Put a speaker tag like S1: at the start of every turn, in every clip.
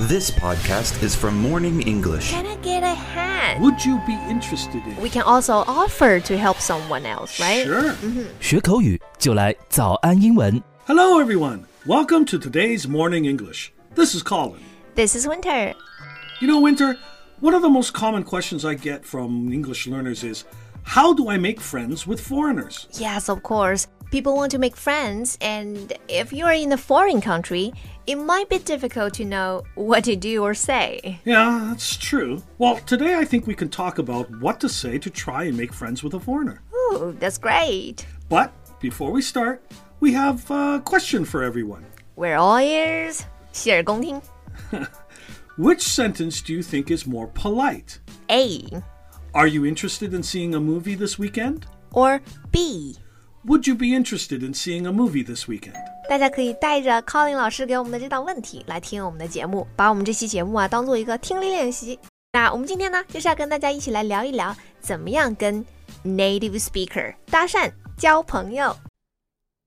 S1: This podcast is from Morning English.
S2: Can I get a hand?
S3: Would you be interested in?
S2: We can also offer to help someone else, right? Mm-hmm.
S3: Sure.
S4: 学口语就来早安英文。
S3: Hello, everyone. Welcome to today's Morning English. This is Colin.
S2: This is Winter.
S3: You know, Winter, one of the most common questions I get from English learners is how do I make friends with foreigners?
S2: Yes, of course. People want to make friends, and if you're in a foreign country, it might be difficult to know what to do or say.
S3: Yeah, that's true. Well, today I think we can talk about what to say to try and make friends with a foreigner.
S2: Ooh, that's great.
S3: But before we start, we have a question for everyone.
S2: We're all ears. er 洗耳恭听。
S3: Which sentence do you think is more polite?
S2: A
S3: Are you interested in seeing a movie this weekend?
S2: or B.
S3: Would you be interested in seeing a movie this weekend?
S2: 大家可以带着 Colin 老师给我们的这道问题来听我们的节目，把我们这期节目啊当做一个听力练习。那我们今天呢，就是要跟大家一起来聊一聊，怎么样跟 native speaker 搭讪交朋友。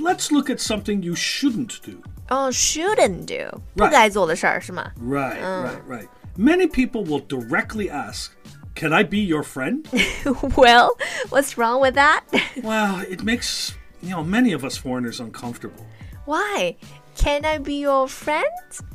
S3: let's look at something you shouldn't do.
S2: Oh, shouldn't do 不该做的事儿是吗？Uh,
S3: Right,
S2: Ah.
S3: right, right. Many people will directly ask, Can I be your friend?
S2: Well, what's wrong with that?
S3: well, it makes you know many of us foreigners uncomfortable.
S2: Why? Can I be your friend?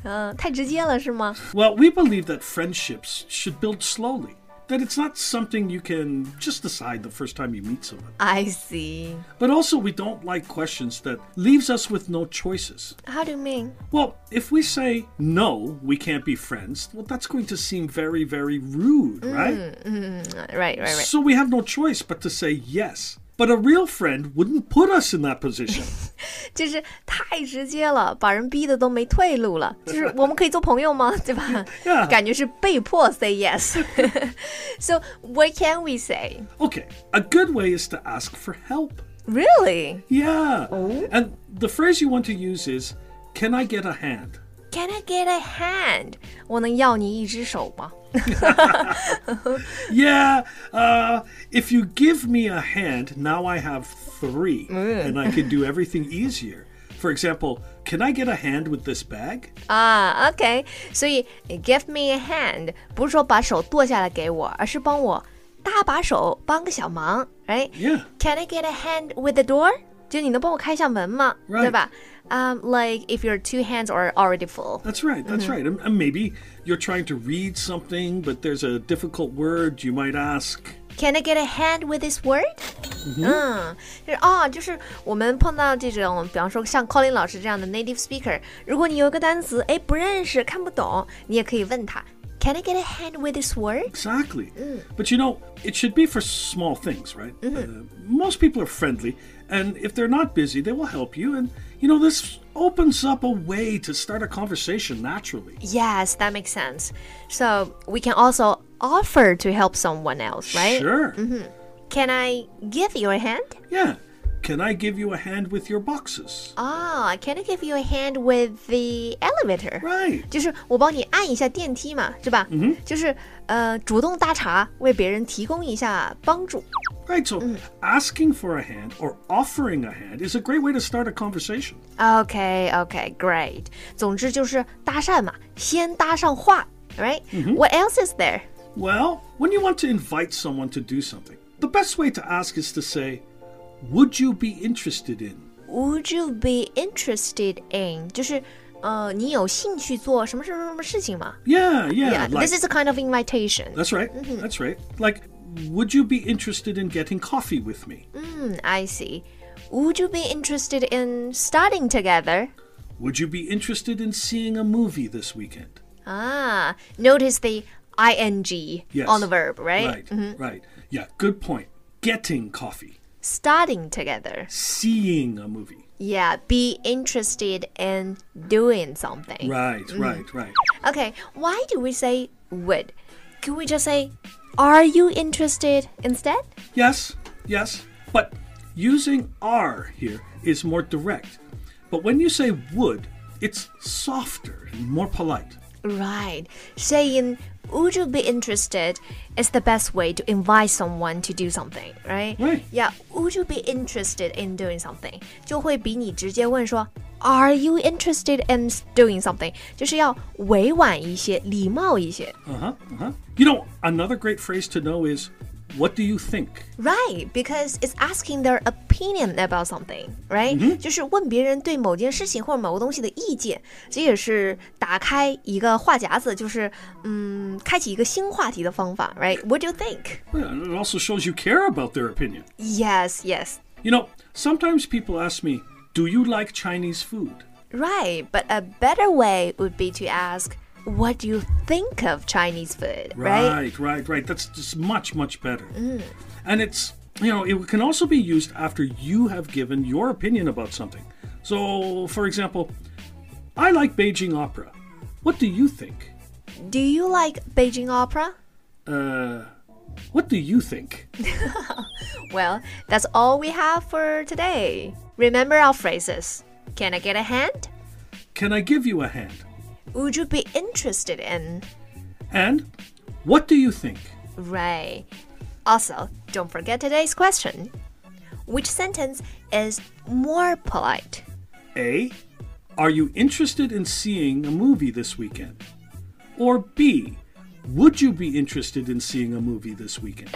S2: 嗯、太直接了是吗？
S3: Well, we believe that friendships should build slowly. That it's not something you can just decide the first time you meet someone.
S2: I see.
S3: But also we don't like questions that leaves us with no choices.
S2: How do you mean?
S3: Well, if we say no, we can't be friends, well that's going to seem very, very rude, right?
S2: Uh, Right, right, right.
S3: So we have no choice but to say yes. But a real friend wouldn't put us in that position.
S2: 就是太直接了，把人逼的都没退路了。就是我们可以做朋友吗？ 对吧
S3: Yeah.
S2: 感觉是被迫 say yes。so what can we say?
S3: okay, a good way is to ask for help.
S2: Really?
S3: Yeah. And the phrase you want to use is, can I get a hand?
S2: Can I get a hand? 我能要你一只手吗？
S3: Yeah, uh, if you give me a hand, now I have three, and I can do everything easier. For example, can I get a hand with this bag?
S2: 啊、o k 所以 give me a hand 不是说把手剁下来给我，而是帮我搭把手，帮个小忙，right？
S3: Yeah.
S2: Can I get a hand with the door？就你能帮我开一下门吗
S3: Right.
S2: 对吧？Um, like if your two hands are already full.
S3: That's right, that's right. And, and maybe you're trying to read something, but there's a difficult word you might ask.
S2: Can I get a hand with this word？嗯，就是啊、就是我们碰到这种，比方说像 Colin 老师这样的 native speaker，如果你有一个单词，哎，不认识、看不懂，你也可以问他，Can I get a hand with this word？
S3: Exactly. But you know, it should be for small things, right? Uh, most people are friendly, and if they're not busy, they will help you. And you know, this opens up a way to start a conversation naturally.
S2: Yes, that makes sense. So we can also offer to help someone else, right?
S3: Sure.
S2: Can I give you a hand?
S3: Yeah. Can I give you a hand with your boxes?
S2: Ah, can I give you a hand with the elevator?
S3: Right.
S2: 就是我帮你按一下电梯嘛，是吧？嗯，就是呃，主动搭茬，为别人提供一下帮助。
S3: Right. So asking for a hand or offering a hand is a great way to start a conversation.
S2: OK OK great，总之就是搭讪嘛，先搭上话，right？、What else is there？
S3: Well, when you want to invite someone to do something, the best way to ask is to say, Would you be interested in?
S2: Would you be interested in？就是呃，你有兴趣做什么什么什么事情吗
S3: Yeah, yeah. like-
S2: this is Mm-hmm. a kind of invitation.
S3: that's right. That's right. Like, would you be interested in getting coffee with me?
S2: 嗯，I Hmm, see. Would you be interested in studying together?
S3: Would you be interested in seeing a movie this weekend?
S2: Ah, notice the ing
S3: Yes.
S2: on the verb, right? Mm-hmm.
S3: Right. Right. Yeah, good point. Getting coffee,
S2: Studying together.
S3: seeing a movie.
S2: Yeah, be interested in doing something.
S3: Right, right, right.
S2: Okay, why do we say would? Can we just say, Are you interested instead?
S3: Yes, yes, but using are here is more direct. But when you say would, it's softer and more polite.
S2: Right. Saying, Would you be interested is the best way to invite someone to do something, right?
S3: Right.
S2: Yeah. Would you be interested in doing something? 就会比你直接问说 Are you interested in doing something？就是要委婉一些，礼貌一些。
S3: Uh huh, uh huh. You know, another great phrase to know is what do you think?
S2: Right, because it's asking their opinion about something, right？、就是问别人对某件事情或者某个东西的意见，这也是打开一个话匣子，就是嗯，开启一个新话题的方法，right？What do you think?
S3: Well, and it also shows you care about their opinion.
S2: Yes, yes.
S3: You know, sometimes people ask me, do you like Chinese food?
S2: Right, but a better way would be to ask, What do you think of Chinese food? Right?
S3: right, right. right. That's just much, much better. And it's, you know, it can also be used after you have given your opinion about something. So, for example, I like Beijing opera. What do you think?
S2: Do you like Beijing opera?
S3: Uh, what do you think?
S2: Well, that's all we have for today. Remember our phrases. Can I get a hand?
S3: Can I give you a hand?
S2: Would you be interested in?
S3: And what do you think?
S2: Right. Also, don't forget today's question. Which sentence is more polite?
S3: A. Are you interested in seeing a movie this weekend? Or B. Would you be interested in seeing a movie this weekend?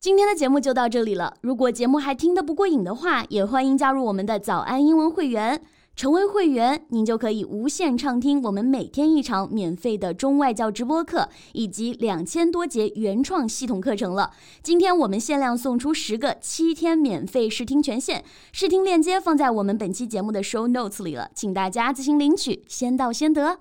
S5: 今天的节目就到这里了。如果节目还听得不过瘾的话，也欢迎加入我们的早安英文会员。成为会员，您就可以无限畅听我们每天一场免费的中外教直播课，以及两千多节原创系统课程了。今天我们限量送出十个七天免费试听权限，试听链接放在我们本期节目的 show notes 里了，请大家自行领取，先到先得。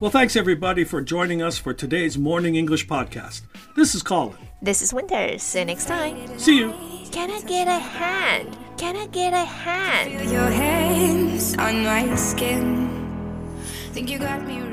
S3: Well, thanks everybody for joining us for today's Morning English podcast. This is Colin.
S2: This is Winter. See you next time.
S3: See you.
S2: Can I get a hand? Can I get a hand?
S6: Feel your hands on my skin. Think you got me.